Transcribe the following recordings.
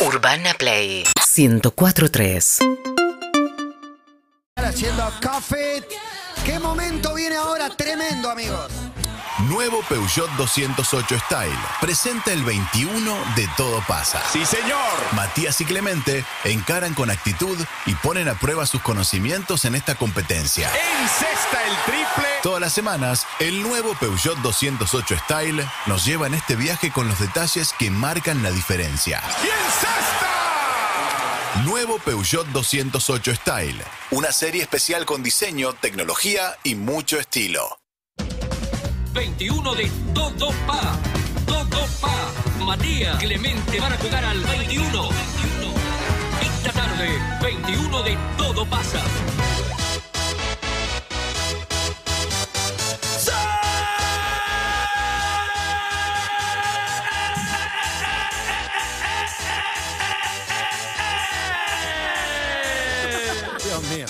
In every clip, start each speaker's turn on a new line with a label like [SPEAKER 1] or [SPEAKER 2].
[SPEAKER 1] Urbana Play 1043.
[SPEAKER 2] Haciendo café. ¿Qué momento viene ahora? Tremendo, amigos.
[SPEAKER 3] Nuevo Peugeot 208 Style. Presenta el 21 de Todo Pasa.
[SPEAKER 4] Sí, señor.
[SPEAKER 3] Matías y Clemente encaran con actitud y ponen a prueba sus conocimientos en esta competencia.
[SPEAKER 4] Encesta el triple.
[SPEAKER 3] Todas las semanas, el nuevo Peugeot 208 Style nos lleva en este viaje con los detalles que marcan la diferencia.
[SPEAKER 4] Y encesta.
[SPEAKER 3] Nuevo Peugeot 208 Style. Una serie especial con diseño, tecnología y mucho estilo.
[SPEAKER 5] 21 de Todo Pa. Todo Pa. Matías Clemente van a jugar al 21. Esta tarde, 21 de Todo Pasa.
[SPEAKER 2] Dios mío.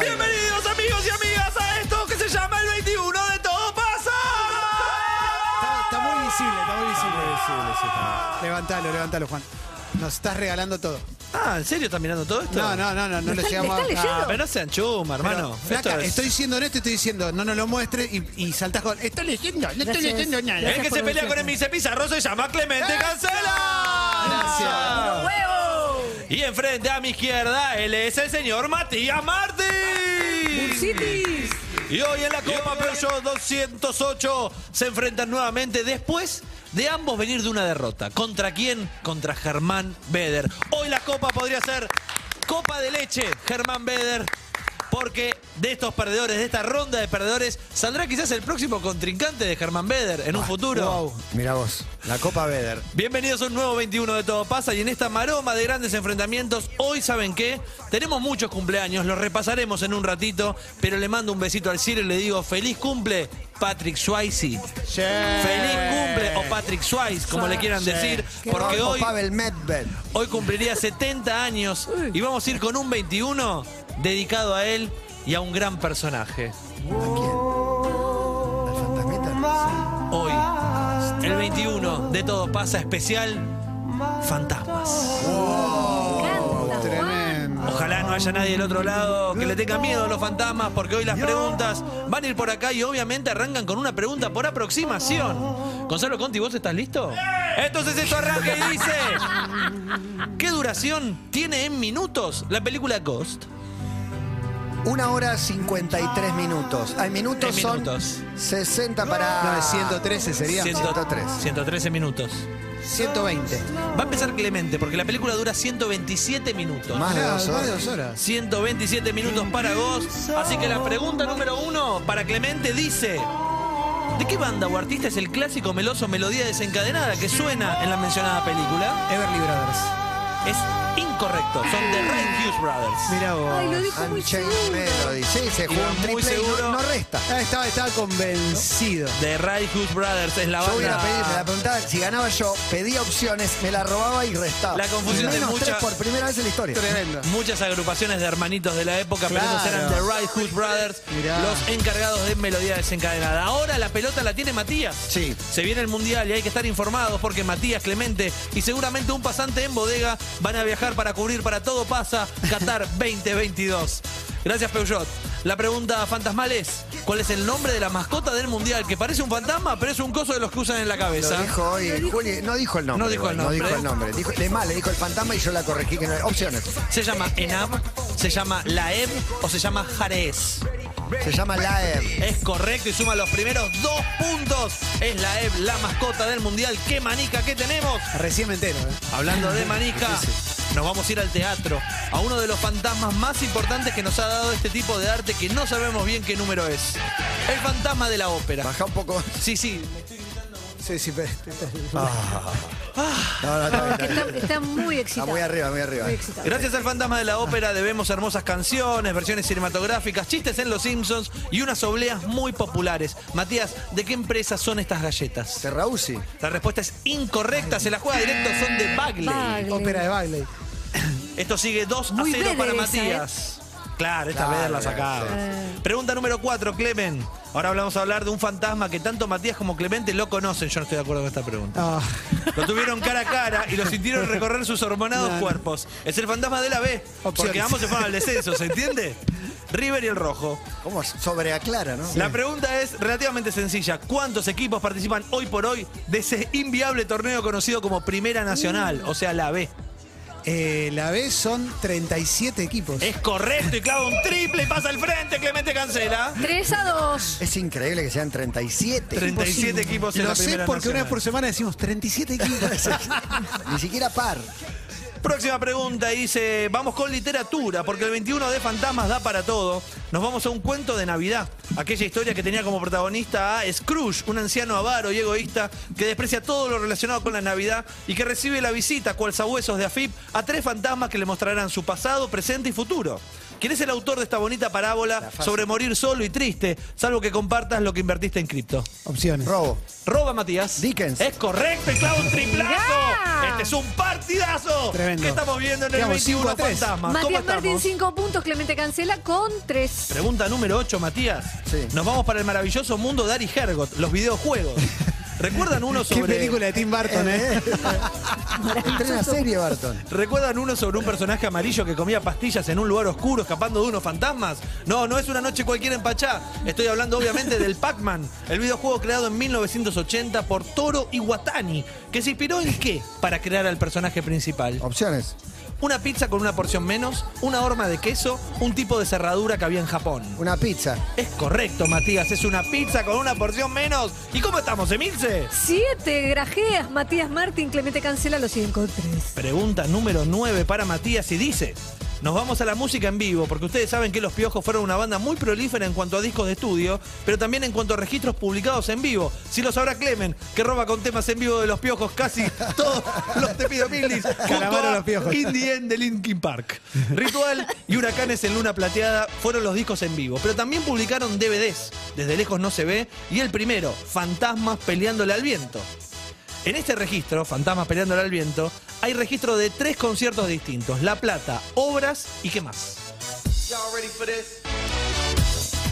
[SPEAKER 4] Bienvenidos, amigos y amigas, a esto que se llama el 21 de Todo Pasa.
[SPEAKER 2] Está, está muy visible, está muy visible. Levantalo, levantalo, Juan. Nos estás regalando todo.
[SPEAKER 4] Ah, ¿en serio está mirando todo esto?
[SPEAKER 2] No, no, no, no, no le llegamos a. Ah,
[SPEAKER 4] Pero no sean chuma,
[SPEAKER 2] pero,
[SPEAKER 4] hermano.
[SPEAKER 2] flaca,
[SPEAKER 4] Esto es-
[SPEAKER 2] estoy siendo honesto y estoy diciendo, no nos lo muestres y, y saltás con. Estoy leyendo, no estoy leyendo nada.
[SPEAKER 4] El que se pelea con el Mice Pizarro se llama Clemente Cancela.
[SPEAKER 2] Gracias.
[SPEAKER 4] Y enfrente a mi izquierda, él es el señor Matías Martín. Y hoy en la Copa Peugeot 208 se enfrentan nuevamente después de ambos venir de una derrota. ¿Contra quién? Contra Germán Beder. Hoy la Copa podría ser Copa de Leche, Germán Beder. Porque de estos perdedores, de esta ronda de perdedores, saldrá quizás el próximo contrincante de Germán Beder en un futuro.
[SPEAKER 2] Wow.
[SPEAKER 6] Mira vos, la Copa Beder.
[SPEAKER 4] Bienvenidos a un nuevo 21 de Todo Pasa y en esta maroma de grandes enfrentamientos, hoy saben qué, tenemos muchos cumpleaños, los repasaremos en un ratito, pero le mando un besito al Ciro y le digo feliz cumple Patrick Swayze. Feliz cumple o Patrick Swayze, como le quieran decir, porque
[SPEAKER 2] O
[SPEAKER 4] hoy,
[SPEAKER 2] Pavel Medved.
[SPEAKER 4] hoy cumpliría 70 años y vamos a ir con un 21 dedicado a él y a un gran personaje.
[SPEAKER 2] El fantasmita.
[SPEAKER 4] Hoy, el 21 de Todo Pasa especial, Fantasmas.
[SPEAKER 2] Tremendo.
[SPEAKER 4] Ojalá no haya nadie del otro lado que le tenga miedo a los fantasmas, porque hoy las preguntas van a ir por acá y obviamente arrancan con una pregunta por aproximación. Gonzalo Conti, ¿vos estás listo? Entonces esto arranca y dice: ¿Qué duración tiene en minutos la película Ghost?
[SPEAKER 6] Una hora 53 minutos. Hay minutos,
[SPEAKER 4] En
[SPEAKER 6] son
[SPEAKER 4] minutos.
[SPEAKER 6] 60 para.
[SPEAKER 2] No, es 113 sería.
[SPEAKER 4] Ciento-
[SPEAKER 6] 103.
[SPEAKER 4] 113 minutos.
[SPEAKER 2] 120.
[SPEAKER 4] Va a empezar Clemente, porque la película dura 127 minutos.
[SPEAKER 6] Más de
[SPEAKER 2] Ah,
[SPEAKER 6] dos
[SPEAKER 2] Más de
[SPEAKER 6] horas.
[SPEAKER 2] dos horas.
[SPEAKER 4] 127 minutos para vos. Así que la pregunta número uno para Clemente dice: ¿De qué banda o artista es el clásico meloso melodía desencadenada que suena en la mencionada película?
[SPEAKER 2] Everly Brothers.
[SPEAKER 4] Es incorrecto, son The Ray Hughes Brothers.
[SPEAKER 2] Mira vos.
[SPEAKER 7] Ay, lo dijo muy
[SPEAKER 6] Unchained
[SPEAKER 7] seguro.
[SPEAKER 6] Melody. Sí, se jugó
[SPEAKER 4] Iba
[SPEAKER 6] un
[SPEAKER 4] muy
[SPEAKER 6] triple y
[SPEAKER 4] seguro.
[SPEAKER 6] no, no resta.
[SPEAKER 2] Ah, estaba, estaba convencido.
[SPEAKER 4] The Ray Hughes Brothers es la
[SPEAKER 6] Yo hubiera pedido, me la
[SPEAKER 4] banda.
[SPEAKER 6] preguntaba, si ganaba yo, pedía opciones, me la robaba y restaba.
[SPEAKER 4] La confusión de
[SPEAKER 6] Menos
[SPEAKER 4] mucha-
[SPEAKER 6] tres por primera vez en la historia.
[SPEAKER 2] Tremendo.
[SPEAKER 4] Muchas agrupaciones de hermanitos de la época, pero esos
[SPEAKER 2] Claro.
[SPEAKER 4] eran The Ray Hughes Brothers,
[SPEAKER 2] Mirá.
[SPEAKER 4] los encargados de melodía desencadenada. Ahora la pelota la tiene Matías.
[SPEAKER 6] Sí.
[SPEAKER 4] Se viene el Mundial y hay que estar informados porque Matías Clemente y seguramente un pasante en bodega van a viajar para cubrir para todo pasa Qatar 2022. Gracias Peugeot. La pregunta fantasmal es, ¿cuál es el nombre de la mascota del Mundial? Que parece un fantasma, pero es un coso de los que usan en la cabeza.
[SPEAKER 6] Lo dijo hoy el Juli, no dijo el nombre.
[SPEAKER 4] No dijo el
[SPEAKER 6] igual,
[SPEAKER 4] nombre.
[SPEAKER 6] No dijo el nombre. Dijo, es más, le dijo el fantasma y yo la corregí que no era. Opciones.
[SPEAKER 4] ¿Se llama ENAP? ¿Se llama LAEB o se llama Jarez?
[SPEAKER 6] Se llama eh, Laer.
[SPEAKER 4] Es correcto y suma los primeros dos puntos. Es la EB, la mascota del mundial. ¡Qué manica que tenemos!
[SPEAKER 2] Recién me entero. ¿eh?
[SPEAKER 4] Hablando de manica, nos vamos a ir al teatro, a uno de los fantasmas más importantes que nos ha dado este tipo de arte que no sabemos bien qué número es. El fantasma de la ópera.
[SPEAKER 6] Baja un poco.
[SPEAKER 4] Sí, sí.
[SPEAKER 2] Sí, sí, pero-
[SPEAKER 6] No, no, está bien, está bien.
[SPEAKER 7] Está, está muy
[SPEAKER 6] Está
[SPEAKER 7] excitado.
[SPEAKER 6] Ah, muy arriba, muy arriba.
[SPEAKER 7] Muy excitado.
[SPEAKER 4] Gracias al fantasma de la ópera debemos hermosas canciones, versiones cinematográficas, chistes en Los Simpsons y unas obleas muy populares. Matías, ¿de qué empresa son estas galletas?
[SPEAKER 6] Terrausi.
[SPEAKER 4] La respuesta es incorrecta, se la juega directo, son de Bagley.
[SPEAKER 7] Bagley.
[SPEAKER 2] Ópera de Bagley.
[SPEAKER 4] Esto sigue 2 a
[SPEAKER 7] Muy
[SPEAKER 4] 0 para
[SPEAKER 7] breve esa, ¿eh?
[SPEAKER 4] Matías. Claro, esta
[SPEAKER 6] Claro,
[SPEAKER 4] vez la sacaba. Pregunta número 4, Clemen. Ahora vamos a hablar de un fantasma que tanto Matías como Clemente lo conocen. Yo no estoy de acuerdo con esta pregunta.
[SPEAKER 2] Ah,
[SPEAKER 4] Lo tuvieron cara a cara y lo sintieron recorrer sus hormonados
[SPEAKER 2] No, no.
[SPEAKER 4] cuerpos. Es el fantasma de la B. Porque
[SPEAKER 2] Opciones.
[SPEAKER 4] ambos se fueron al descenso, ¿se entiende? River y el rojo.
[SPEAKER 6] ¿Cómo? Sobreaclara, ¿no?
[SPEAKER 4] La pregunta es relativamente sencilla. ¿Cuántos equipos participan hoy por hoy de ese inviable torneo conocido como Primera Nacional?
[SPEAKER 2] Mm.
[SPEAKER 4] O sea, la B.
[SPEAKER 2] eh, la B son 37 equipos.
[SPEAKER 6] Eh,
[SPEAKER 4] Es correcto y clava un triple y pasa al frente. Clemente cancela.
[SPEAKER 7] 3 a 2.
[SPEAKER 6] Es increíble que sean 37.
[SPEAKER 4] 37 equipos en
[SPEAKER 2] Lo
[SPEAKER 4] la
[SPEAKER 2] sé
[SPEAKER 4] Primera
[SPEAKER 2] porque una
[SPEAKER 4] Nacional.
[SPEAKER 2] vez por semana decimos 37 equipos.
[SPEAKER 6] Ni siquiera par.
[SPEAKER 4] Próxima pregunta y dice, vamos con literatura, porque el 21 de Fantasmas da para todo. Nos vamos a un cuento de Navidad, aquella historia que tenía como protagonista a Scrooge, un anciano avaro y egoísta que desprecia todo lo relacionado con la Navidad y que recibe la visita, cual sabuesos de AFIP, a tres fantasmas que le mostrarán su pasado, presente y futuro. ¿Quién es el autor de esta bonita parábola sobre morir solo y triste, salvo que compartas lo que invertiste en cripto?
[SPEAKER 2] Opciones.
[SPEAKER 6] Robo.
[SPEAKER 4] Roba Matías.
[SPEAKER 6] Dickens.
[SPEAKER 4] Es correcto y clava un triplazo.
[SPEAKER 7] Mirá.
[SPEAKER 4] Este es un partidazo.
[SPEAKER 2] Tremendo.
[SPEAKER 4] Que estamos viendo en el
[SPEAKER 2] Quedamos
[SPEAKER 4] 21
[SPEAKER 2] cinco a tres.
[SPEAKER 4] Fantasmas. ¿Cómo
[SPEAKER 7] Matías
[SPEAKER 4] estamos?
[SPEAKER 7] Martín 5 puntos, Clemente Cancela con 3.
[SPEAKER 4] Pregunta número 8, Matías.
[SPEAKER 6] Sí.
[SPEAKER 4] Nos vamos para el maravilloso mundo de Ari Hergot, los videojuegos. ¿Recuerdan uno
[SPEAKER 2] Qué
[SPEAKER 4] sobre
[SPEAKER 2] película de Tim Burton, ¿eh?
[SPEAKER 6] Estrena serie, Barton.
[SPEAKER 4] ¿Recuerdan uno sobre un personaje amarillo que comía pastillas en un lugar oscuro escapando de unos fantasmas? No, no es una noche cualquiera en Pachá. Estoy hablando obviamente del Pac-Man, el videojuego creado en 1980 por Toro Iwatani, que se inspiró en qué para crear al personaje principal.
[SPEAKER 6] Opciones.
[SPEAKER 4] Una pizza con una porción menos, una horma de queso, un tipo de cerradura que había en Japón.
[SPEAKER 6] Una pizza.
[SPEAKER 4] Es correcto, Matías, es una pizza con una porción menos. ¿Y cómo estamos, Emilce?
[SPEAKER 7] 7 grajeas, Matías Martín, Clemente Cancela los 5 3.
[SPEAKER 4] Pregunta número 9 para Matías y dice, nos vamos a la música en vivo, porque ustedes saben que Los Piojos fueron una banda muy prolífera en cuanto a discos de estudio, pero también en cuanto a registros publicados en vivo. Si lo sabrá Clemen, que roba con temas en vivo de Los Piojos casi todos los Tepido Pilis, junto
[SPEAKER 2] Calamaro
[SPEAKER 4] a
[SPEAKER 2] Los Piojos.
[SPEAKER 4] Indie End de Linkin Park. Ritual y Huracanes en Luna Plateada fueron los discos en vivo, pero también publicaron DVDs, Desde Lejos No Se Ve, y el primero, Fantasmas Peleándole al Viento. En este registro, Fantasmas peleándole al viento, hay registro de tres conciertos distintos: La Plata, Obras y qué más.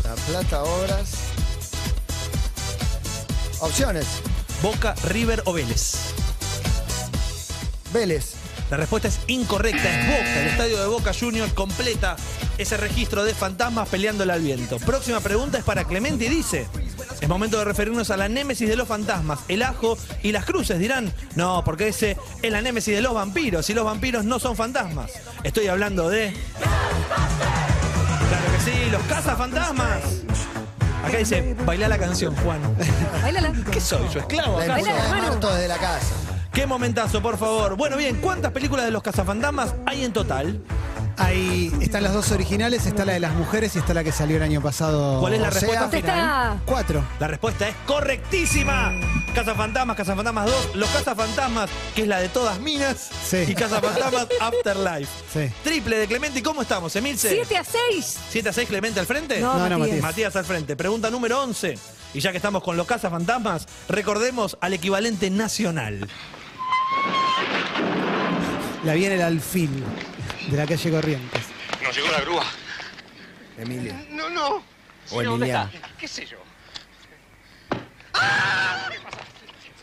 [SPEAKER 6] La plata, obras. Opciones.
[SPEAKER 4] Boca, River o Vélez.
[SPEAKER 6] Vélez.
[SPEAKER 4] La respuesta es incorrecta, es Boca. El estadio de Boca Juniors completa ese registro de fantasmas peleándole al viento. Próxima pregunta es para Clemente y dice: Es momento de referirnos a la némesis de los fantasmas, el ajo y las cruces. Dirán, no, porque ese es la némesis de los vampiros y los vampiros no son fantasmas. Estoy hablando de. Claro que sí, los cazafantasmas. Acá dice: Baila la canción, Juan.
[SPEAKER 7] Bailala.
[SPEAKER 4] ¿Qué soy? ¿Yo esclavo
[SPEAKER 6] La
[SPEAKER 4] acá?
[SPEAKER 7] Baila,
[SPEAKER 6] esposa de
[SPEAKER 7] hermano.
[SPEAKER 6] Marto desde la casa.
[SPEAKER 4] Qué momentazo, por favor. Bueno, bien, ¿cuántas películas de los cazafantasmas hay en total?
[SPEAKER 2] Ahí están las dos originales, está la de las mujeres y está la que salió el año pasado.
[SPEAKER 4] ¿Cuál es la
[SPEAKER 2] O sea,
[SPEAKER 4] respuesta
[SPEAKER 7] Te
[SPEAKER 4] final?
[SPEAKER 7] está.
[SPEAKER 2] Cuatro.
[SPEAKER 4] La respuesta es correctísima. Cazafantasmas, Cazafantasmas 2, Los Cazafantasmas, que es la de todas minas,
[SPEAKER 2] Sí.
[SPEAKER 4] y Cazafantasmas Afterlife.
[SPEAKER 2] Sí.
[SPEAKER 4] Triple de Clemente, ¿y cómo estamos, Emilce?
[SPEAKER 7] 7 a 6.
[SPEAKER 4] 7 a 6 Clemente al frente?
[SPEAKER 7] No,
[SPEAKER 2] No, no,
[SPEAKER 7] Matías.
[SPEAKER 4] Matías al frente. Pregunta número 11. Y ya que estamos con los cazafantasmas, recordemos al equivalente nacional.
[SPEAKER 2] La viene el alfil de la calle Corrientes.
[SPEAKER 8] Nos llegó la grúa.
[SPEAKER 6] Emilio.
[SPEAKER 8] No, no.
[SPEAKER 6] O Emiliano.
[SPEAKER 8] ¿Qué sé yo?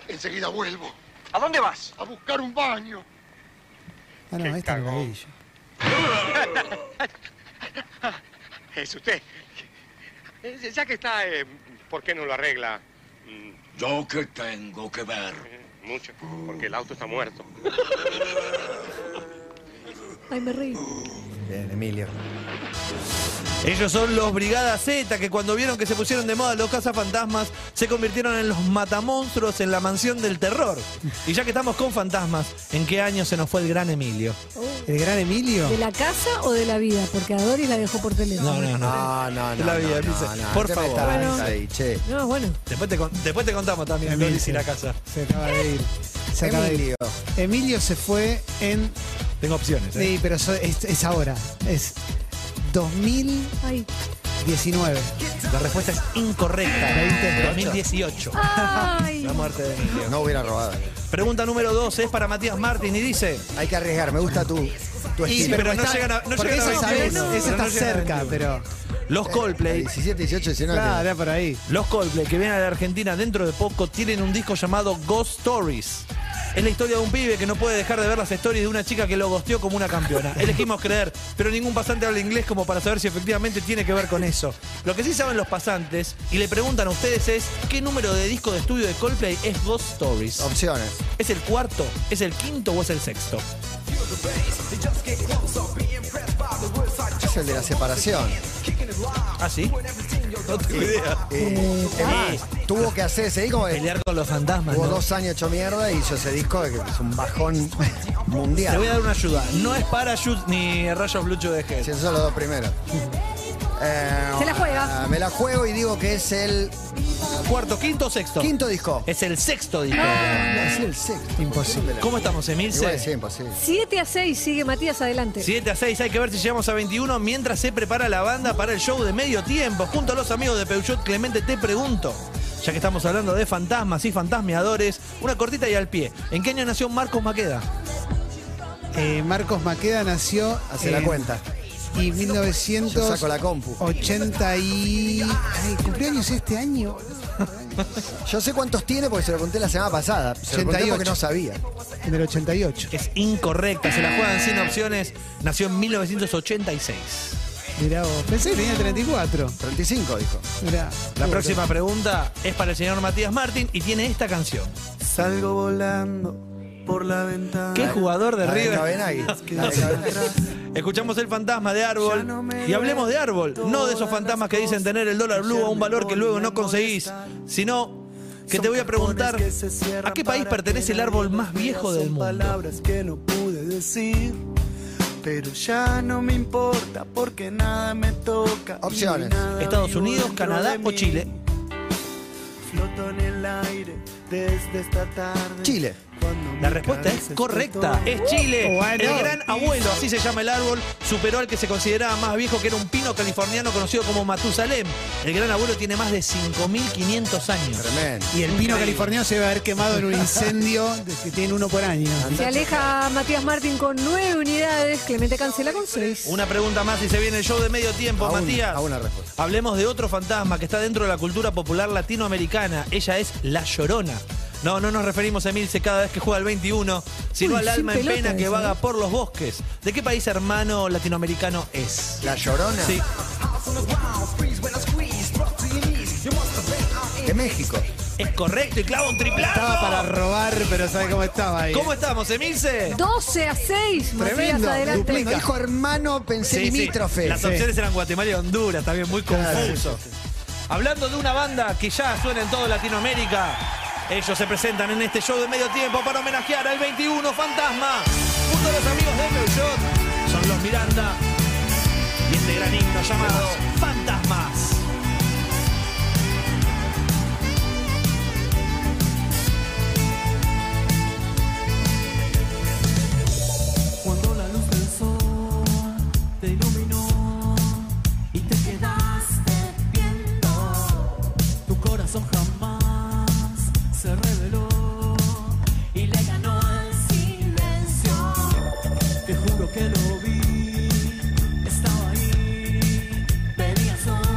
[SPEAKER 8] Enseguida vuelvo
[SPEAKER 9] ¿A dónde vas?
[SPEAKER 8] a buscar un baño.
[SPEAKER 2] Ah, no, ahí está el Gavillo.
[SPEAKER 8] Es usted. Eh, Ya que está, eh, ¿por qué no lo arregla? Mm,
[SPEAKER 10] Yo que tengo que ver.
[SPEAKER 8] Mucho, porque el auto está muerto.
[SPEAKER 7] Ay, me reí.
[SPEAKER 6] Bien, Emilio.
[SPEAKER 4] Ellos son los Brigada Z, que cuando vieron que se pusieron de moda los cazafantasmas, se convirtieron en los matamonstruos en la mansión del terror. Y ya que estamos con fantasmas, ¿en qué año se nos fue el gran Emilio?
[SPEAKER 2] El gran Emilio.
[SPEAKER 7] Oh. ¿De la casa o de la vida? Porque a Doris la dejó por teléfono.
[SPEAKER 4] No, no, no.
[SPEAKER 6] No, no, no.
[SPEAKER 4] La vida,
[SPEAKER 6] no,
[SPEAKER 4] Emilce.
[SPEAKER 6] no, no.
[SPEAKER 4] Por
[SPEAKER 6] Te
[SPEAKER 4] favor.
[SPEAKER 6] metas
[SPEAKER 7] Bueno.
[SPEAKER 6] ahí, che.
[SPEAKER 7] No, bueno.
[SPEAKER 4] Después te, con- después te contamos también,
[SPEAKER 2] Emilio.
[SPEAKER 4] Doris y la casa.
[SPEAKER 2] Se acaba de ir. Se acaba de ir.
[SPEAKER 6] Emilio.
[SPEAKER 2] Emilio se fue en.
[SPEAKER 4] Tengo opciones. ¿eh?
[SPEAKER 2] Sí, pero so- es, es ahora. Es 2019.
[SPEAKER 7] Ay.
[SPEAKER 4] La respuesta es incorrecta. 2018.
[SPEAKER 7] Ay.
[SPEAKER 4] La muerte de Emilio.
[SPEAKER 6] No hubiera robado.
[SPEAKER 4] Pregunta número 12 es para Matías Martín y dice...
[SPEAKER 6] Hay que arriesgar, me gusta tú. tu
[SPEAKER 2] Y,
[SPEAKER 6] estilo.
[SPEAKER 4] pero no llegan a- no
[SPEAKER 2] porque
[SPEAKER 4] llegan a
[SPEAKER 2] eso
[SPEAKER 4] 21,
[SPEAKER 2] sabes, eso
[SPEAKER 4] no, pero
[SPEAKER 2] está
[SPEAKER 4] no llegan a
[SPEAKER 2] cerca, pero.
[SPEAKER 4] 21. Los Coldplay.
[SPEAKER 6] 17, 18, 19.
[SPEAKER 2] Claro, era por ahí.
[SPEAKER 4] Los Coldplay que vienen a la Argentina dentro de poco tienen un disco llamado Ghost Stories. Es la historia de un pibe que no puede dejar de ver las stories de una chica que lo gosteó como una campeona. Elegimos creer, pero ningún pasante habla inglés como para saber si efectivamente tiene que ver con eso. Lo que sí saben los pasantes y le preguntan a ustedes es ¿qué número de disco de estudio de Coldplay es Ghost Stories?
[SPEAKER 6] Opciones.
[SPEAKER 4] ¿Es el cuarto? ¿Es el quinto o es el sexto?
[SPEAKER 6] Es el de la separación.
[SPEAKER 4] ¿Ah, sí? No tengo idea.
[SPEAKER 6] Eh, es más, tuvo que hacer ese disco. eh,
[SPEAKER 4] Pelear con los fantasmas,
[SPEAKER 6] Tuvo
[SPEAKER 4] ¿no?
[SPEAKER 6] dos años hecho mierda y hizo ese disco que es un bajón
[SPEAKER 4] Te voy
[SPEAKER 6] mundial.
[SPEAKER 4] a dar una ayuda. No es Parachute ni Rayos Blucho de Head.
[SPEAKER 6] Si esos son los dos primeros. Eh,
[SPEAKER 7] Se la juega.
[SPEAKER 6] ah, Me la juego y digo que es el
[SPEAKER 4] Cuarto, quinto o sexto.
[SPEAKER 6] quinto disco.
[SPEAKER 4] Es el sexto disco.
[SPEAKER 6] No, es el sexto. Imposible.
[SPEAKER 4] ¿Cómo estamos,
[SPEAKER 6] Igual
[SPEAKER 4] Emilce?
[SPEAKER 6] es imposible.
[SPEAKER 7] 7 a 6 sigue Matías adelante.
[SPEAKER 4] 7 a 6, hay que ver si llegamos a 21 mientras se prepara la banda para el show de medio tiempo. Junto a los amigos de Peugeot Clemente, te pregunto, ya que estamos hablando de fantasmas y fantasmeadores, una cortita y al pie. ¿En qué año nació Marcos Maqueda?
[SPEAKER 2] Eh, Marcos Maqueda nació.
[SPEAKER 6] Hace la
[SPEAKER 2] en-
[SPEAKER 6] cuenta.
[SPEAKER 2] Y
[SPEAKER 6] Yo saco la compu.
[SPEAKER 2] 1980 y. Ay, cumpleaños este año.
[SPEAKER 6] Yo sé cuántos tiene porque se lo pregunté la semana pasada. Se lo pregunté
[SPEAKER 2] 88.
[SPEAKER 6] porque no sabía.
[SPEAKER 2] En el 88.
[SPEAKER 4] Es incorrecta, se la juegan sin opciones. Nació en 1986.
[SPEAKER 2] Mirá vos. Pensé que tenía 34.
[SPEAKER 6] 35 dijo.
[SPEAKER 2] Mirá.
[SPEAKER 4] La próxima pregunta es para el señor Matías Martín y tiene esta canción.
[SPEAKER 9] Salgo volando por la ventana.
[SPEAKER 4] ¿Qué jugador de
[SPEAKER 6] La de Cabenagui.
[SPEAKER 4] River?
[SPEAKER 6] La de Cabenagui.
[SPEAKER 4] Escuchamos el fantasma de árbol y hablemos de árbol, no de esos fantasmas que dicen tener el dólar blue a un valor que luego no conseguís, sino que te voy a preguntar a qué país pertenece el árbol más viejo del mundo.
[SPEAKER 9] palabras que no pude decir. Pero ya no me importa porque nada me toca.
[SPEAKER 6] Opciones.
[SPEAKER 9] y nada
[SPEAKER 4] Estados
[SPEAKER 9] vivo
[SPEAKER 4] Unidos,
[SPEAKER 9] dentro
[SPEAKER 4] Canadá
[SPEAKER 9] de mí.
[SPEAKER 4] o Chile.
[SPEAKER 9] Floto en el aire desde esta tarde.
[SPEAKER 6] Chile.
[SPEAKER 9] Cuando mi
[SPEAKER 4] La respuesta es
[SPEAKER 9] cabeza
[SPEAKER 4] correcta,
[SPEAKER 9] explotó.
[SPEAKER 4] es Chile.
[SPEAKER 2] Bueno.
[SPEAKER 4] El gran abuelo, así se llama el árbol, superó al que se consideraba más viejo, que era un pino californiano conocido como Matusalem. El gran abuelo tiene más de 5.500 años.
[SPEAKER 6] Tremendo.
[SPEAKER 2] Y el pino californiano se va a haber quemado en un incendio de- que tiene uno por año.
[SPEAKER 7] Se aleja Matías Martín con 9 unidades, Clemente cancela con 6.
[SPEAKER 4] Una pregunta más y se viene el show de medio tiempo,
[SPEAKER 6] A una-
[SPEAKER 4] Matías.
[SPEAKER 6] a una respuesta.
[SPEAKER 4] Hablemos de otro fantasma que está dentro de la cultura popular latinoamericana. Ella es La Llorona. No, no nos referimos a Emilce cada vez que juega el 21, sino
[SPEAKER 7] Uy,
[SPEAKER 4] al
[SPEAKER 7] sin
[SPEAKER 4] alma en
[SPEAKER 7] pelotas,
[SPEAKER 4] pena que
[SPEAKER 7] ¿eh?
[SPEAKER 4] vaga por los bosques. ¿De qué país hermano latinoamericano es?
[SPEAKER 6] La llorona
[SPEAKER 4] Sí,
[SPEAKER 6] de México.
[SPEAKER 4] es correcto y clava un triplazo.
[SPEAKER 2] Estaba para robar, pero sabe cómo estaba ahí.
[SPEAKER 4] ¿Cómo estamos, Emilce?
[SPEAKER 7] 12 a 6, Matías
[SPEAKER 6] Tremendo.
[SPEAKER 7] adelante.
[SPEAKER 6] Cuando dijo hermano, pensé
[SPEAKER 4] Sí, sí.
[SPEAKER 6] limítrofe.
[SPEAKER 4] Las opciones eran Guatemala y Honduras, también muy confuso. Hablando de una banda que ya suena en toda Latinoamérica, ellos se presentan en este show de medio tiempo para homenajear al 21 Fantasma, junto a los amigos de Peugeot, son los Miranda, y este gran himno llamado Fantasmas.
[SPEAKER 9] Cuando la luz del sol te iluminó y te quedaste viendo, tu corazón jamás se reveló y le ganó al silencio. Te juro que lo vi, estaba ahí, venía sola.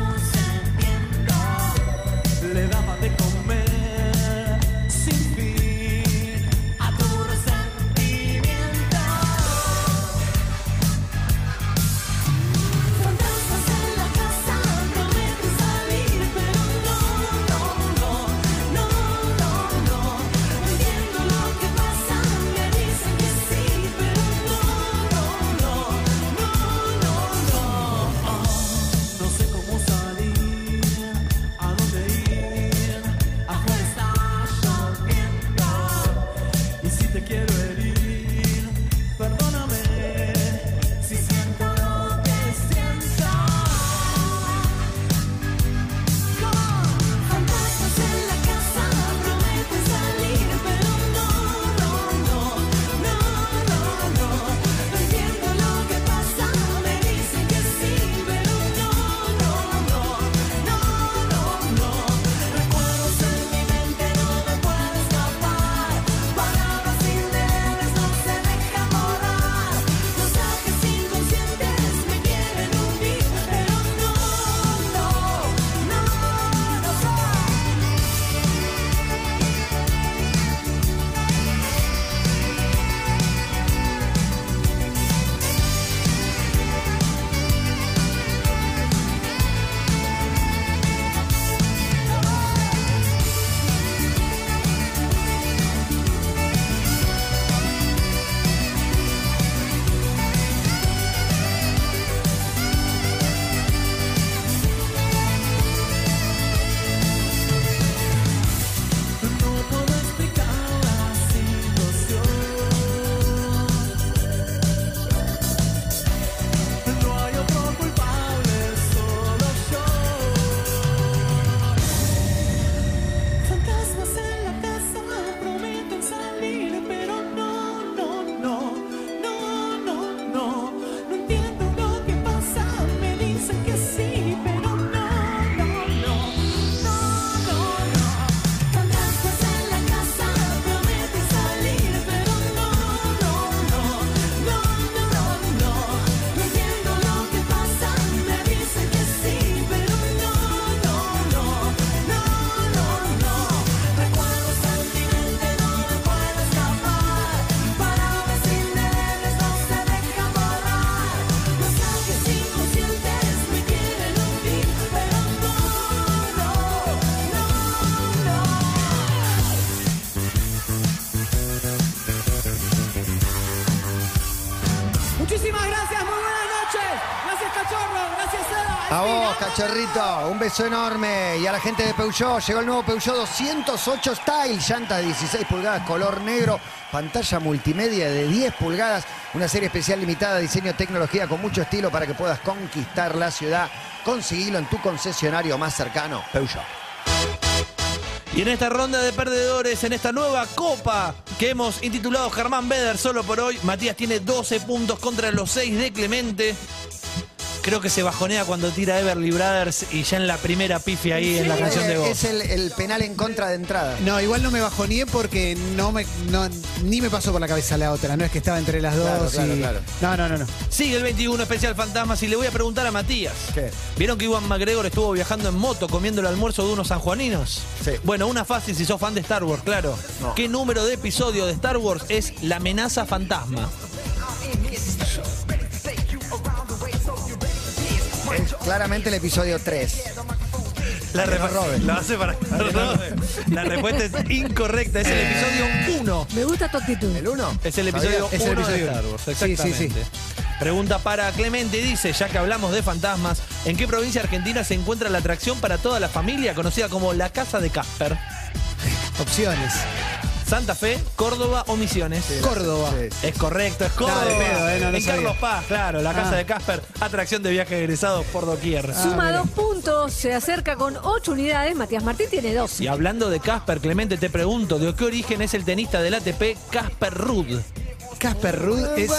[SPEAKER 11] Muchísimas gracias, muy buenas noches. Gracias, cachorro. Gracias, Seba.
[SPEAKER 6] A vos, cachorrito, un beso enorme. Y a la gente de Peugeot, llegó el nuevo Peugeot 208 Style, llanta de 16 pulgadas, color negro, pantalla multimedia de 10 pulgadas, una serie especial limitada, diseño, tecnología con mucho estilo para que puedas conquistar la ciudad. Conseguilo en tu concesionario más cercano, Peugeot.
[SPEAKER 4] Y en esta ronda de perdedores, en esta nueva copa que hemos intitulado Germán Beder solo por hoy, Matías tiene 12 puntos contra los 6 de Clemente. Creo que se bajonea cuando tira Everly Brothers y ya en la primera pifia ahí en la canción de
[SPEAKER 6] Es
[SPEAKER 4] voz.
[SPEAKER 6] el, el penal en contra de entrada.
[SPEAKER 2] No, igual no me bajoneé porque no me, no- ni me pasó por la cabeza la otra. No es que estaba entre las dos.
[SPEAKER 6] Claro, claro,
[SPEAKER 2] y-
[SPEAKER 6] claro.
[SPEAKER 2] No, no, no, no.
[SPEAKER 4] Sigue el 21 especial Fantasmas y le voy a preguntar a Matías.
[SPEAKER 6] ¿Qué?
[SPEAKER 4] ¿Vieron que Iwan McGregor estuvo viajando en moto comiendo el almuerzo de unos sanjuaninos?
[SPEAKER 6] Sí.
[SPEAKER 4] Bueno, una fácil si sos fan de Star Wars, claro.
[SPEAKER 6] No.
[SPEAKER 4] ¿Qué número de episodio de Star Wars es La amenaza fantasma?
[SPEAKER 6] Es claramente el episodio 3.
[SPEAKER 4] La,
[SPEAKER 6] Pero
[SPEAKER 4] repa-
[SPEAKER 6] Robert.
[SPEAKER 4] la hace para Robert. La respuesta es incorrecta. Es el
[SPEAKER 2] Eh.
[SPEAKER 4] episodio 1.
[SPEAKER 7] Me gusta tu actitud.
[SPEAKER 6] ¿El 1?
[SPEAKER 4] Es el episodio 1
[SPEAKER 2] Es el
[SPEAKER 4] de
[SPEAKER 2] episodio uno.
[SPEAKER 4] Star Wars.
[SPEAKER 2] Sí, sí,
[SPEAKER 4] Exactamente. Pregunta para Clemente. Dice, ya que hablamos de fantasmas, ¿en qué provincia argentina se encuentra la atracción para toda la familia conocida como la Casa de Casper?
[SPEAKER 2] Opciones.
[SPEAKER 4] Santa Fe, Córdoba o Misiones.
[SPEAKER 2] Córdoba.
[SPEAKER 4] Es correcto, es Córdoba.
[SPEAKER 2] Nada de pedo, eh, no, no
[SPEAKER 4] en
[SPEAKER 2] sabía.
[SPEAKER 4] Carlos Paz, claro, la casa
[SPEAKER 2] Ah.
[SPEAKER 4] de Casper, atracción de viajes egresados por doquier.
[SPEAKER 7] Suma dos puntos, se acerca con ocho unidades. Matías Martín tiene dos.
[SPEAKER 4] Y hablando de Casper, Clemente, te pregunto, ¿de qué origen es el tenista del ATP Casper Ruud?
[SPEAKER 2] Casper Ruud es.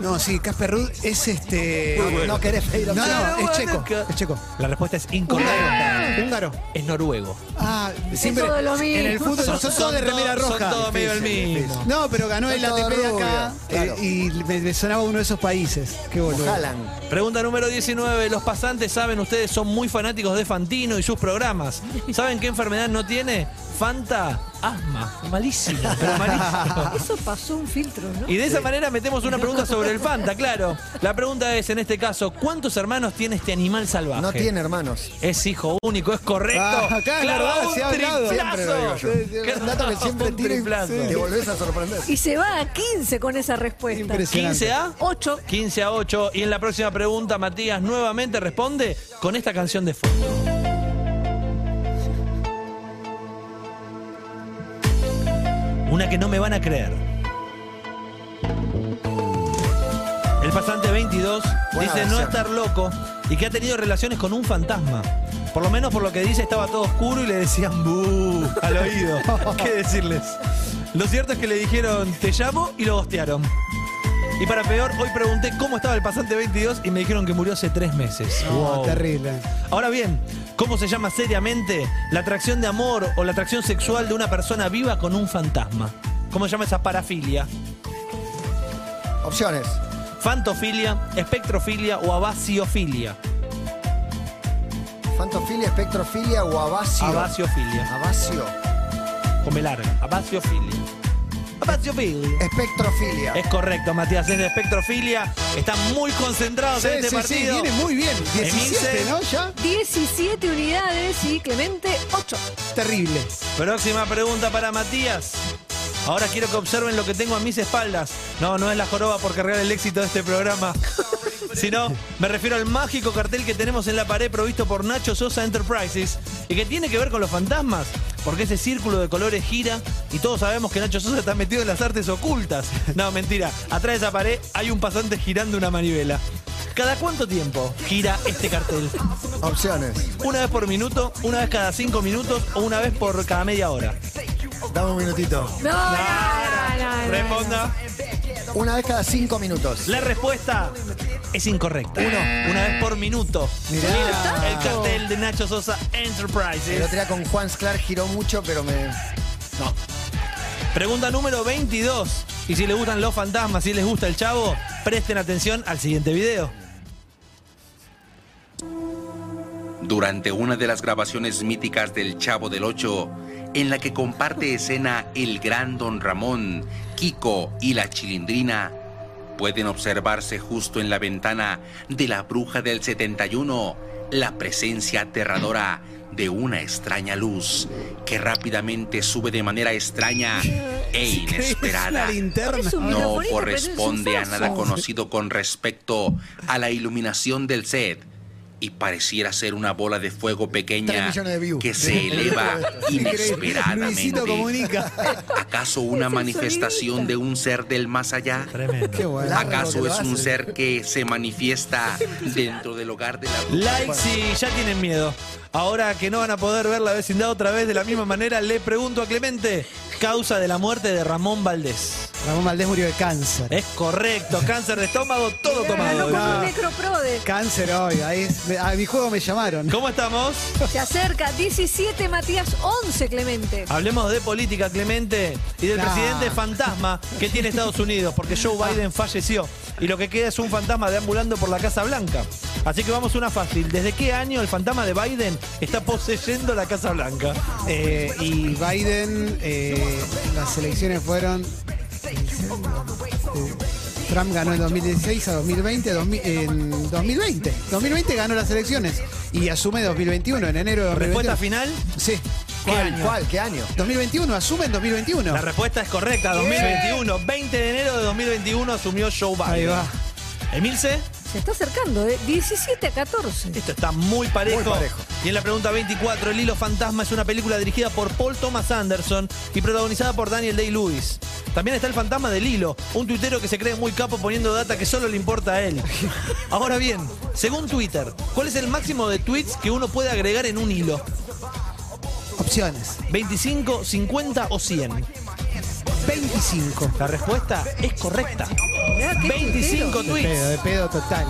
[SPEAKER 2] No, sí, Casper Ruud es este.
[SPEAKER 6] No, no querés pedir
[SPEAKER 2] No,
[SPEAKER 6] opción.
[SPEAKER 2] no, es checo. Es checo.
[SPEAKER 4] La respuesta es incorrecta.
[SPEAKER 2] Húngaro. Húngaro.
[SPEAKER 4] Es noruego.
[SPEAKER 2] Ah, siempre.
[SPEAKER 7] todo lo mismo.
[SPEAKER 2] En el fútbol son, todos de
[SPEAKER 4] todos-
[SPEAKER 2] remera
[SPEAKER 4] son
[SPEAKER 2] roja.
[SPEAKER 4] todos medio el
[SPEAKER 6] Difícil,
[SPEAKER 4] mismo.
[SPEAKER 2] No, pero ganó
[SPEAKER 6] Son
[SPEAKER 2] el ATP de
[SPEAKER 6] todos
[SPEAKER 2] acá
[SPEAKER 6] rubios, claro.
[SPEAKER 2] eh, y me, me sonaba uno de esos países. Qué boludo.
[SPEAKER 6] Jalan.
[SPEAKER 4] Pregunta número 19. Los pasantes saben, ustedes son muy fanáticos de Fantino y sus programas. ¿Saben qué enfermedad no tiene? Fanta, asma. Malísimo, pero malísimo.
[SPEAKER 7] Eso pasó un filtro, ¿no?
[SPEAKER 4] Y de esa manera metemos una pregunta sobre el Fanta, claro. La pregunta es, en este caso, ¿cuántos hermanos tiene este animal salvaje?
[SPEAKER 6] No tiene hermanos.
[SPEAKER 4] Es hijo único, es correcto.
[SPEAKER 2] Ah, acá es
[SPEAKER 4] Claro,
[SPEAKER 2] verdad,
[SPEAKER 4] un
[SPEAKER 2] se ha hablado.
[SPEAKER 4] triplazo.
[SPEAKER 6] Siempre lo digo yo.
[SPEAKER 4] Qué
[SPEAKER 6] Es un dato que
[SPEAKER 4] raro,
[SPEAKER 6] siempre
[SPEAKER 4] un
[SPEAKER 6] tiro y
[SPEAKER 4] triplazo.
[SPEAKER 6] te volvés a sorprender.
[SPEAKER 7] Y se va a 15 con esa respuesta.
[SPEAKER 2] Impresionante.
[SPEAKER 4] 15 a
[SPEAKER 7] 8.
[SPEAKER 4] 15 a 8. Y en la próxima pregunta, Matías nuevamente responde con esta canción de fondo. Una que no me van a creer. El pasante 22
[SPEAKER 6] Buena
[SPEAKER 4] dice no
[SPEAKER 6] versión.
[SPEAKER 4] estar loco y que ha tenido relaciones con un fantasma. Por lo menos por lo que dice estaba todo oscuro y le decían bu al oído. ¿Qué decirles? Lo cierto es que le dijeron te llamo y lo gostearon. Y para peor, hoy pregunté cómo estaba el pasante 22 y me dijeron que murió hace tres meses.
[SPEAKER 2] No,
[SPEAKER 4] Wow.
[SPEAKER 2] terrible.
[SPEAKER 4] Ahora bien, ¿cómo se llama seriamente la atracción de amor o la atracción sexual de una persona viva con un fantasma? ¿Cómo se llama esa parafilia?
[SPEAKER 6] Opciones.
[SPEAKER 4] Fantofilia, espectrofilia o abasiofilia.
[SPEAKER 6] Fantofilia, espectrofilia o abacio.
[SPEAKER 4] Abasiofilia.
[SPEAKER 6] Abacio.
[SPEAKER 4] Come larga. Abasiofilia. Abasiofilia.
[SPEAKER 6] Espectrofilia.
[SPEAKER 4] Es correcto, Matías, es de espectrofilia. Están muy concentrados
[SPEAKER 2] Sí,
[SPEAKER 4] en este
[SPEAKER 2] sí, sí,
[SPEAKER 4] partido.
[SPEAKER 2] viene muy bien. 17,
[SPEAKER 4] Emilce.
[SPEAKER 2] ¿no? Ya.
[SPEAKER 7] 17 unidades y Clemente 8.
[SPEAKER 2] Terrible.
[SPEAKER 4] Próxima pregunta para Matías. Ahora quiero que observen lo que tengo a mis espaldas. No, no es la joroba por cargar el éxito de este programa. Sino, me refiero al mágico cartel que tenemos en la pared provisto por Nacho Sosa Enterprises y que tiene que ver con los fantasmas, porque ese círculo de colores gira y todos sabemos que Nacho Sosa está metido en las artes ocultas. No, mentira, atrás de esa pared hay un pasante girando una manivela. ¿Cada cuánto tiempo gira este cartel?
[SPEAKER 6] Opciones.
[SPEAKER 4] ¿Una vez por minuto, una vez cada cinco minutos o una vez por cada media hora?
[SPEAKER 6] Dame un minutito.
[SPEAKER 7] No, no, no, no, no.
[SPEAKER 4] Responda.
[SPEAKER 6] Una vez cada cinco minutos.
[SPEAKER 4] La respuesta es incorrecta. Uno, una vez por minuto.
[SPEAKER 6] Mirá.
[SPEAKER 4] Mira el cartel de Nacho Sosa
[SPEAKER 6] El otro
[SPEAKER 4] Enterprises.
[SPEAKER 6] día con Juan Sclar giró mucho, pero me.
[SPEAKER 4] Pregunta número 22. Y si les gustan los fantasmas, si les gusta el chavo, presten atención al siguiente video.
[SPEAKER 12] Durante una de las grabaciones míticas del Chavo del Ocho, en la que comparte escena el gran Don Ramón, Kiko y la Chilindrina, pueden observarse justo en la ventana de la bruja del 71 la presencia aterradora de una extraña luz que rápidamente sube de manera extraña e
[SPEAKER 2] Ah,
[SPEAKER 12] inesperada. No corresponde a nada conocido con respecto a la iluminación del set y pareciera ser una bola de fuego pequeña que se eleva inesperadamente. ¿Acaso una manifestación de un ser del más allá? ¿Acaso es un ser que se manifiesta dentro del hogar de la
[SPEAKER 4] Like si ya tienen miedo. Ahora que no van a poder ver la vecindad otra vez de la misma manera, le pregunto a Clemente, causa de la muerte de Ramón Valdés.
[SPEAKER 2] Ramón Valdés murió de cáncer.
[SPEAKER 4] Es correcto, cáncer de estómago, todo tomado.
[SPEAKER 7] Ganó con un necroprode.
[SPEAKER 2] Cáncer hoy, ahí es- a mi juego me llamaron.
[SPEAKER 4] ¿Cómo estamos?
[SPEAKER 7] Se acerca 17 Matías 11 Clemente.
[SPEAKER 4] Hablemos de política, Clemente, y del
[SPEAKER 2] Nah.
[SPEAKER 4] presidente fantasma que tiene Estados Unidos, porque Joe
[SPEAKER 2] Ah.
[SPEAKER 4] Biden falleció y lo que queda es un fantasma deambulando por la Casa Blanca. Así que vamos una fácil. ¿Desde qué año el fantasma de Biden está poseyendo la Casa Blanca?
[SPEAKER 2] Eh, y Biden, eh, las elecciones fueron. eh, Trump ganó en 2016 a 2020, 2000, en 2020. 2020 ganó las elecciones y asume 2021, en enero de 2021.
[SPEAKER 4] ¿Respuesta final?
[SPEAKER 2] Sí.
[SPEAKER 4] ¿Qué año?
[SPEAKER 2] ¿Cuál? ¿Qué año? 2021, asume en 2021.
[SPEAKER 4] La respuesta es correcta, 2021. 20 de enero de 2021 asumió Joe Biden.
[SPEAKER 2] Ahí va.
[SPEAKER 4] Emilce,
[SPEAKER 7] Se está acercando de 17 a 14.
[SPEAKER 4] esto está muy parejo.
[SPEAKER 6] Muy parejo.
[SPEAKER 4] Y en la pregunta 24, El Hilo Fantasma es una película dirigida por Paul Thomas Anderson y protagonizada por Daniel Day-Lewis. También está el fantasma del hilo, un tuitero que se cree muy capo poniendo data que solo le importa a él. Ahora bien, según Twitter, ¿cuál es el máximo de tweets que uno puede agregar en un hilo?
[SPEAKER 2] Opciones.
[SPEAKER 4] ¿25, 50 o 100?
[SPEAKER 2] 25.
[SPEAKER 4] La respuesta es correcta.
[SPEAKER 7] Mirá, Ah, qué eh.
[SPEAKER 4] 25
[SPEAKER 7] tuitero.
[SPEAKER 2] De pedo,
[SPEAKER 4] tweets.
[SPEAKER 2] de pedo total.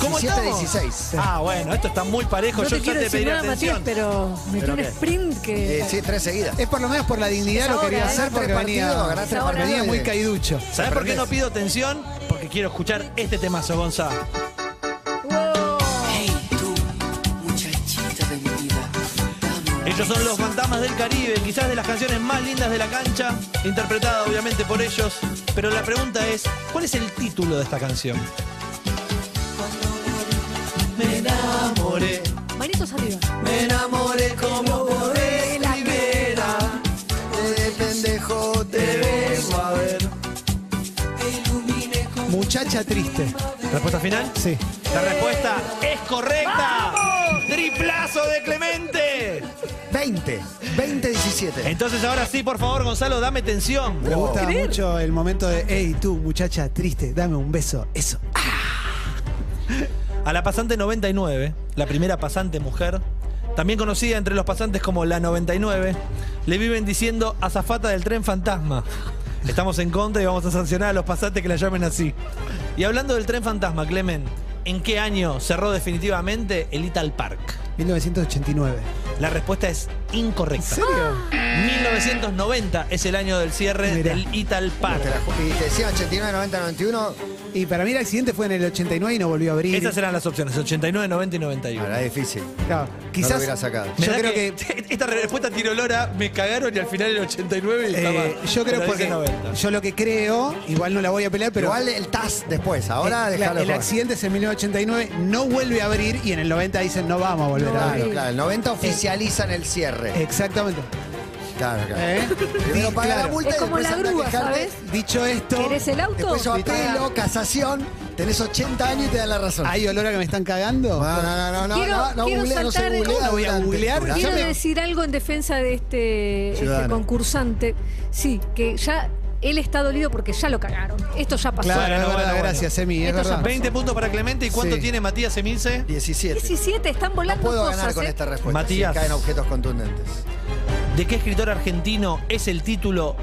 [SPEAKER 4] ¿Cómo
[SPEAKER 6] 17,
[SPEAKER 4] estamos?
[SPEAKER 6] 16.
[SPEAKER 4] Ah, bueno, esto está muy parejo.
[SPEAKER 7] No
[SPEAKER 4] Yo
[SPEAKER 7] te
[SPEAKER 4] ya
[SPEAKER 7] quiero
[SPEAKER 4] te
[SPEAKER 7] decir
[SPEAKER 4] pediré
[SPEAKER 7] nada Matías,
[SPEAKER 4] atención.
[SPEAKER 7] pero metió
[SPEAKER 4] ¿Pero
[SPEAKER 7] un
[SPEAKER 4] qué?
[SPEAKER 7] sprint que...
[SPEAKER 6] Eh, sí, tres seguidas.
[SPEAKER 2] Es por lo menos por la dignidad
[SPEAKER 7] Es
[SPEAKER 2] lo quería
[SPEAKER 7] ahora,
[SPEAKER 2] hacer
[SPEAKER 7] ¿eh?
[SPEAKER 2] porque
[SPEAKER 6] Tres partidos,
[SPEAKER 2] venía,
[SPEAKER 6] ganar tres
[SPEAKER 7] partidos.
[SPEAKER 2] venía muy caiducho.
[SPEAKER 4] ¿Sabes por qué no pido atención? Porque quiero escuchar este temazo, Gonzalo.
[SPEAKER 7] Wow.
[SPEAKER 4] Ellos son los fantasmas del Caribe, quizás de las canciones más lindas de la cancha, interpretada obviamente por ellos. Pero la pregunta es, ¿cuál es el título de esta canción? Me enamoré,
[SPEAKER 7] Manitos arriba.
[SPEAKER 4] me enamoré como por la vera.
[SPEAKER 6] De pendejo
[SPEAKER 4] Te vengo a ver.
[SPEAKER 2] Muchacha triste.
[SPEAKER 4] ¿Respuesta final?
[SPEAKER 2] Sí.
[SPEAKER 4] La respuesta es correcta. ¡Triplazo de Clemente!
[SPEAKER 6] 20, 20, 17.
[SPEAKER 4] Entonces ahora sí, por favor, Gonzalo, dame tensión.
[SPEAKER 2] Me gusta
[SPEAKER 7] ¿Creer?
[SPEAKER 2] mucho el momento de, hey, tú, muchacha triste, dame un beso. Eso.
[SPEAKER 4] A la pasante 99, la primera pasante mujer, también conocida entre los pasantes como la 99, le viven diciendo azafata del tren fantasma. Estamos en contra y vamos a sancionar a los pasantes que la llamen así. Y hablando del tren fantasma, Clemen, ¿en qué año cerró definitivamente el Ital Park?
[SPEAKER 2] 1989.
[SPEAKER 4] La respuesta es incorrecta.
[SPEAKER 2] serio?
[SPEAKER 4] 1990 es el año del cierre
[SPEAKER 2] Mirá.
[SPEAKER 4] del Ital Park.
[SPEAKER 6] Te la ju- Y te decía 89, 90, 91.
[SPEAKER 2] Y para mí el accidente fue en el 89 y no volvió a abrir.
[SPEAKER 4] Esas eran las opciones, 89, 90 y 91.
[SPEAKER 6] Ahora es difícil.
[SPEAKER 2] Claro,
[SPEAKER 6] Quizás. No lo
[SPEAKER 2] quizás.
[SPEAKER 6] hubiera sacado.
[SPEAKER 4] Me
[SPEAKER 2] yo
[SPEAKER 4] da
[SPEAKER 2] creo que.
[SPEAKER 4] esta respuesta tirolora me cagaron y al final el 89 y
[SPEAKER 2] eh,
[SPEAKER 4] estaba-
[SPEAKER 2] yo creo
[SPEAKER 4] pero
[SPEAKER 2] porque.
[SPEAKER 4] dice 90.
[SPEAKER 2] Yo lo que creo, igual no la voy a pelear,
[SPEAKER 6] Pero
[SPEAKER 2] pero.
[SPEAKER 6] igual el TAS después. Ahora
[SPEAKER 2] el,
[SPEAKER 6] dejarlo
[SPEAKER 2] Eh, el
[SPEAKER 6] jugar.
[SPEAKER 2] accidente es en 1989, no vuelve a abrir y en el 90 dicen no vamos a volver a abrir.
[SPEAKER 6] Claro, claro. El
[SPEAKER 2] Eh,
[SPEAKER 6] 90 oficializan el cierre.
[SPEAKER 2] Exactamente.
[SPEAKER 6] Claro, claro.
[SPEAKER 2] ¿Eh?
[SPEAKER 6] Primero
[SPEAKER 2] Di-
[SPEAKER 6] paga la
[SPEAKER 2] claro.
[SPEAKER 6] multa
[SPEAKER 7] Es
[SPEAKER 6] y
[SPEAKER 7] como
[SPEAKER 6] después
[SPEAKER 7] la
[SPEAKER 6] anda a
[SPEAKER 7] grúa,
[SPEAKER 6] quejarte.
[SPEAKER 7] ¿sabes?
[SPEAKER 2] Dicho esto.
[SPEAKER 7] ¿Querés el auto?
[SPEAKER 6] Después yo
[SPEAKER 7] Te pagan.
[SPEAKER 6] apelo, casación. Tenés 80 años y te dan la razón.
[SPEAKER 2] ¿Hay olor a que me están cagando?
[SPEAKER 6] No, no, no, no,
[SPEAKER 7] Quiero-
[SPEAKER 6] no, no,
[SPEAKER 7] quiero
[SPEAKER 6] googlea, no se
[SPEAKER 7] saltar de-
[SPEAKER 6] googlea
[SPEAKER 2] ¿Cómo no voy a
[SPEAKER 6] durante.
[SPEAKER 2] googlear?
[SPEAKER 6] Durante.
[SPEAKER 2] Ya
[SPEAKER 7] Quiero
[SPEAKER 2] me-
[SPEAKER 7] decir algo en defensa de este, este
[SPEAKER 6] Ciudadano.
[SPEAKER 7] concursante. Sí, que ya él está dolido porque ya lo cagaron. Esto ya pasó.
[SPEAKER 2] Claro,
[SPEAKER 4] Bueno,
[SPEAKER 2] es
[SPEAKER 4] bueno,
[SPEAKER 2] verdad,
[SPEAKER 4] bueno.
[SPEAKER 2] gracias, Emi, es
[SPEAKER 7] Esto es
[SPEAKER 2] verdad.
[SPEAKER 4] 20 puntos para Clemente y cuánto
[SPEAKER 2] Sí.
[SPEAKER 4] tiene Matías Emilce.
[SPEAKER 6] 17.
[SPEAKER 7] 17, están volando
[SPEAKER 6] Puedo
[SPEAKER 7] cosas.
[SPEAKER 6] ganar con
[SPEAKER 7] ¿eh?
[SPEAKER 6] esta respuesta.
[SPEAKER 4] Matías.
[SPEAKER 6] si caen objetos contundentes.
[SPEAKER 4] ¿De qué escritor argentino es el título?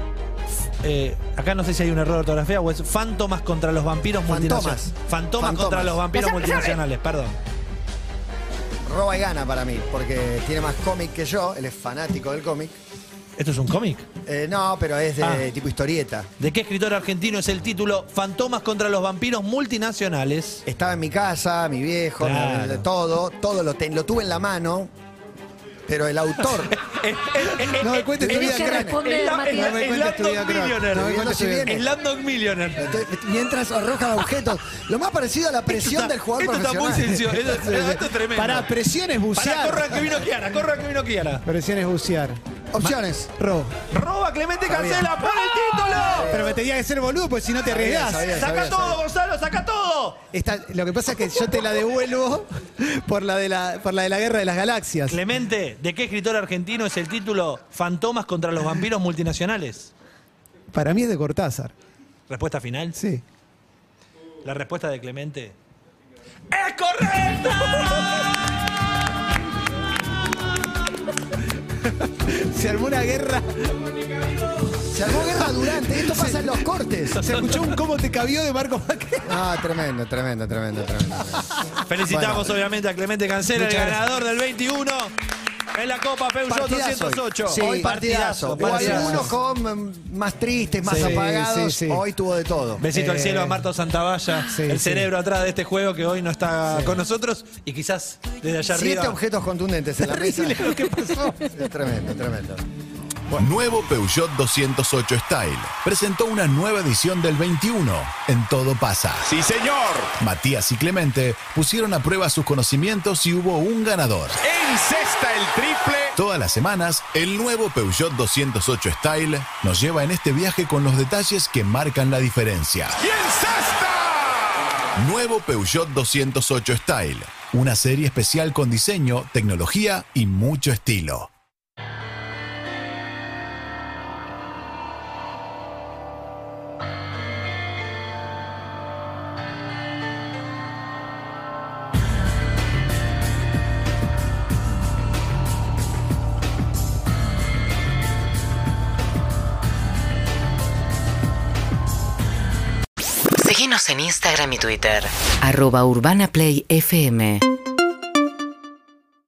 [SPEAKER 4] eh, acá no sé si hay un error de ortografía o es Fantomas contra los vampiros
[SPEAKER 6] Fantomas.
[SPEAKER 4] multinacionales. Fantomas
[SPEAKER 6] Fantomas.
[SPEAKER 4] contra los vampiros
[SPEAKER 7] Pasá, pasá.
[SPEAKER 4] multinacionales, perdón.
[SPEAKER 6] Roba y gana para mí, porque tiene más cómic que yo. Él es fanático del cómic.
[SPEAKER 4] ¿Esto es un cómic?
[SPEAKER 6] Eh, no, pero es de
[SPEAKER 4] Ah.
[SPEAKER 6] tipo historieta.
[SPEAKER 4] ¿De qué escritor argentino es el título Fantomas contra los vampiros multinacionales?
[SPEAKER 6] Estaba en mi casa, mi viejo,
[SPEAKER 4] Claro.
[SPEAKER 6] mi- todo, todo lo, ten- lo tuve en la mano, pero el autor.
[SPEAKER 2] No me cuentes tu
[SPEAKER 7] Tenés
[SPEAKER 2] vida
[SPEAKER 7] que
[SPEAKER 2] crack.
[SPEAKER 7] responder,
[SPEAKER 4] El- el-
[SPEAKER 7] Matías. Eh,
[SPEAKER 2] No me
[SPEAKER 4] el
[SPEAKER 2] cuentes tu vida
[SPEAKER 4] Landon
[SPEAKER 2] crack. No me cuentes tu vida.
[SPEAKER 4] Millionaire. El Landon Millionaire.
[SPEAKER 6] Entonces, Mientras arrojan objetos. Lo más parecido a la presión del jugador
[SPEAKER 4] Esto está muy
[SPEAKER 6] profesional.
[SPEAKER 4] sencillo. Esto, esto es tremendo.
[SPEAKER 2] Para presiones
[SPEAKER 4] Pará,
[SPEAKER 2] bucear.
[SPEAKER 4] corran que vino Kiara, corran que vino Kiara.
[SPEAKER 2] Presiones bucear.
[SPEAKER 6] Opciones.
[SPEAKER 2] Robo.
[SPEAKER 4] Roba Clemente
[SPEAKER 6] Sabía.
[SPEAKER 4] Cancela por el título.
[SPEAKER 2] Pero me tenía que ser boludo, pues si no te
[SPEAKER 6] Sabía,
[SPEAKER 2] arriesgás.
[SPEAKER 6] sabía,
[SPEAKER 4] Saca todo, Gonzalo, saca todo.
[SPEAKER 2] Esta- lo que pasa es que yo te la devuelvo por la de la, por la de la guerra de las galaxias.
[SPEAKER 4] Clemente, ¿de qué escritor argentino es el título Fantomas contra los vampiros multinacionales?
[SPEAKER 2] Para mí es de Cortázar.
[SPEAKER 4] Respuesta final.
[SPEAKER 2] Sí.
[SPEAKER 4] La respuesta de Clemente. ¡Es correcta!
[SPEAKER 2] Se armó una guerra.
[SPEAKER 6] Se armó guerra durante. Esto pasa en los cortes.
[SPEAKER 2] Se escuchó un cómo te cabió de Marco Macri.
[SPEAKER 6] Ah, tremendo, tremendo, tremendo, tremendo.
[SPEAKER 4] Felicitamos
[SPEAKER 6] Bueno.
[SPEAKER 4] obviamente a Clemente Cancela, el
[SPEAKER 6] Muchas gracias.
[SPEAKER 4] ganador del 21 en la Copa Peugeot
[SPEAKER 6] Partidazo hoy.
[SPEAKER 4] 208.
[SPEAKER 6] Sí,
[SPEAKER 4] Hoy
[SPEAKER 6] partidazo. Hubo
[SPEAKER 4] partidazo.
[SPEAKER 6] algunos con mm, más tristes, más
[SPEAKER 2] Sí,
[SPEAKER 6] apagados.
[SPEAKER 2] sí, sí.
[SPEAKER 6] Hoy tuvo de todo.
[SPEAKER 4] Besito al
[SPEAKER 2] Eh,
[SPEAKER 4] cielo a Marto Santavalla,
[SPEAKER 2] sí,
[SPEAKER 4] el
[SPEAKER 2] sí.
[SPEAKER 4] cerebro atrás de este juego que hoy no está con nosotros y quizás desde allá
[SPEAKER 6] Siete
[SPEAKER 4] arriba.
[SPEAKER 6] objetos contundentes en la mesa.
[SPEAKER 2] Terrible lo que pasó.
[SPEAKER 6] Es tremendo, tremendo.
[SPEAKER 3] Nuevo Peugeot 208 Style presentó una nueva edición del 21. En todo pasa.
[SPEAKER 13] Sí, señor.
[SPEAKER 3] Matías y Clemente pusieron a prueba sus conocimientos y hubo un ganador.
[SPEAKER 13] Encesta el triple.
[SPEAKER 3] Todas las semanas, el nuevo Peugeot 208 Style nos lleva en este viaje con los detalles que marcan la diferencia.
[SPEAKER 13] ¡Y encesta!
[SPEAKER 3] Nuevo Peugeot 208 Style, una serie especial con diseño, tecnología y mucho estilo.
[SPEAKER 1] Seguinos en Instagram y Twitter. Arroba Urbana Play FM.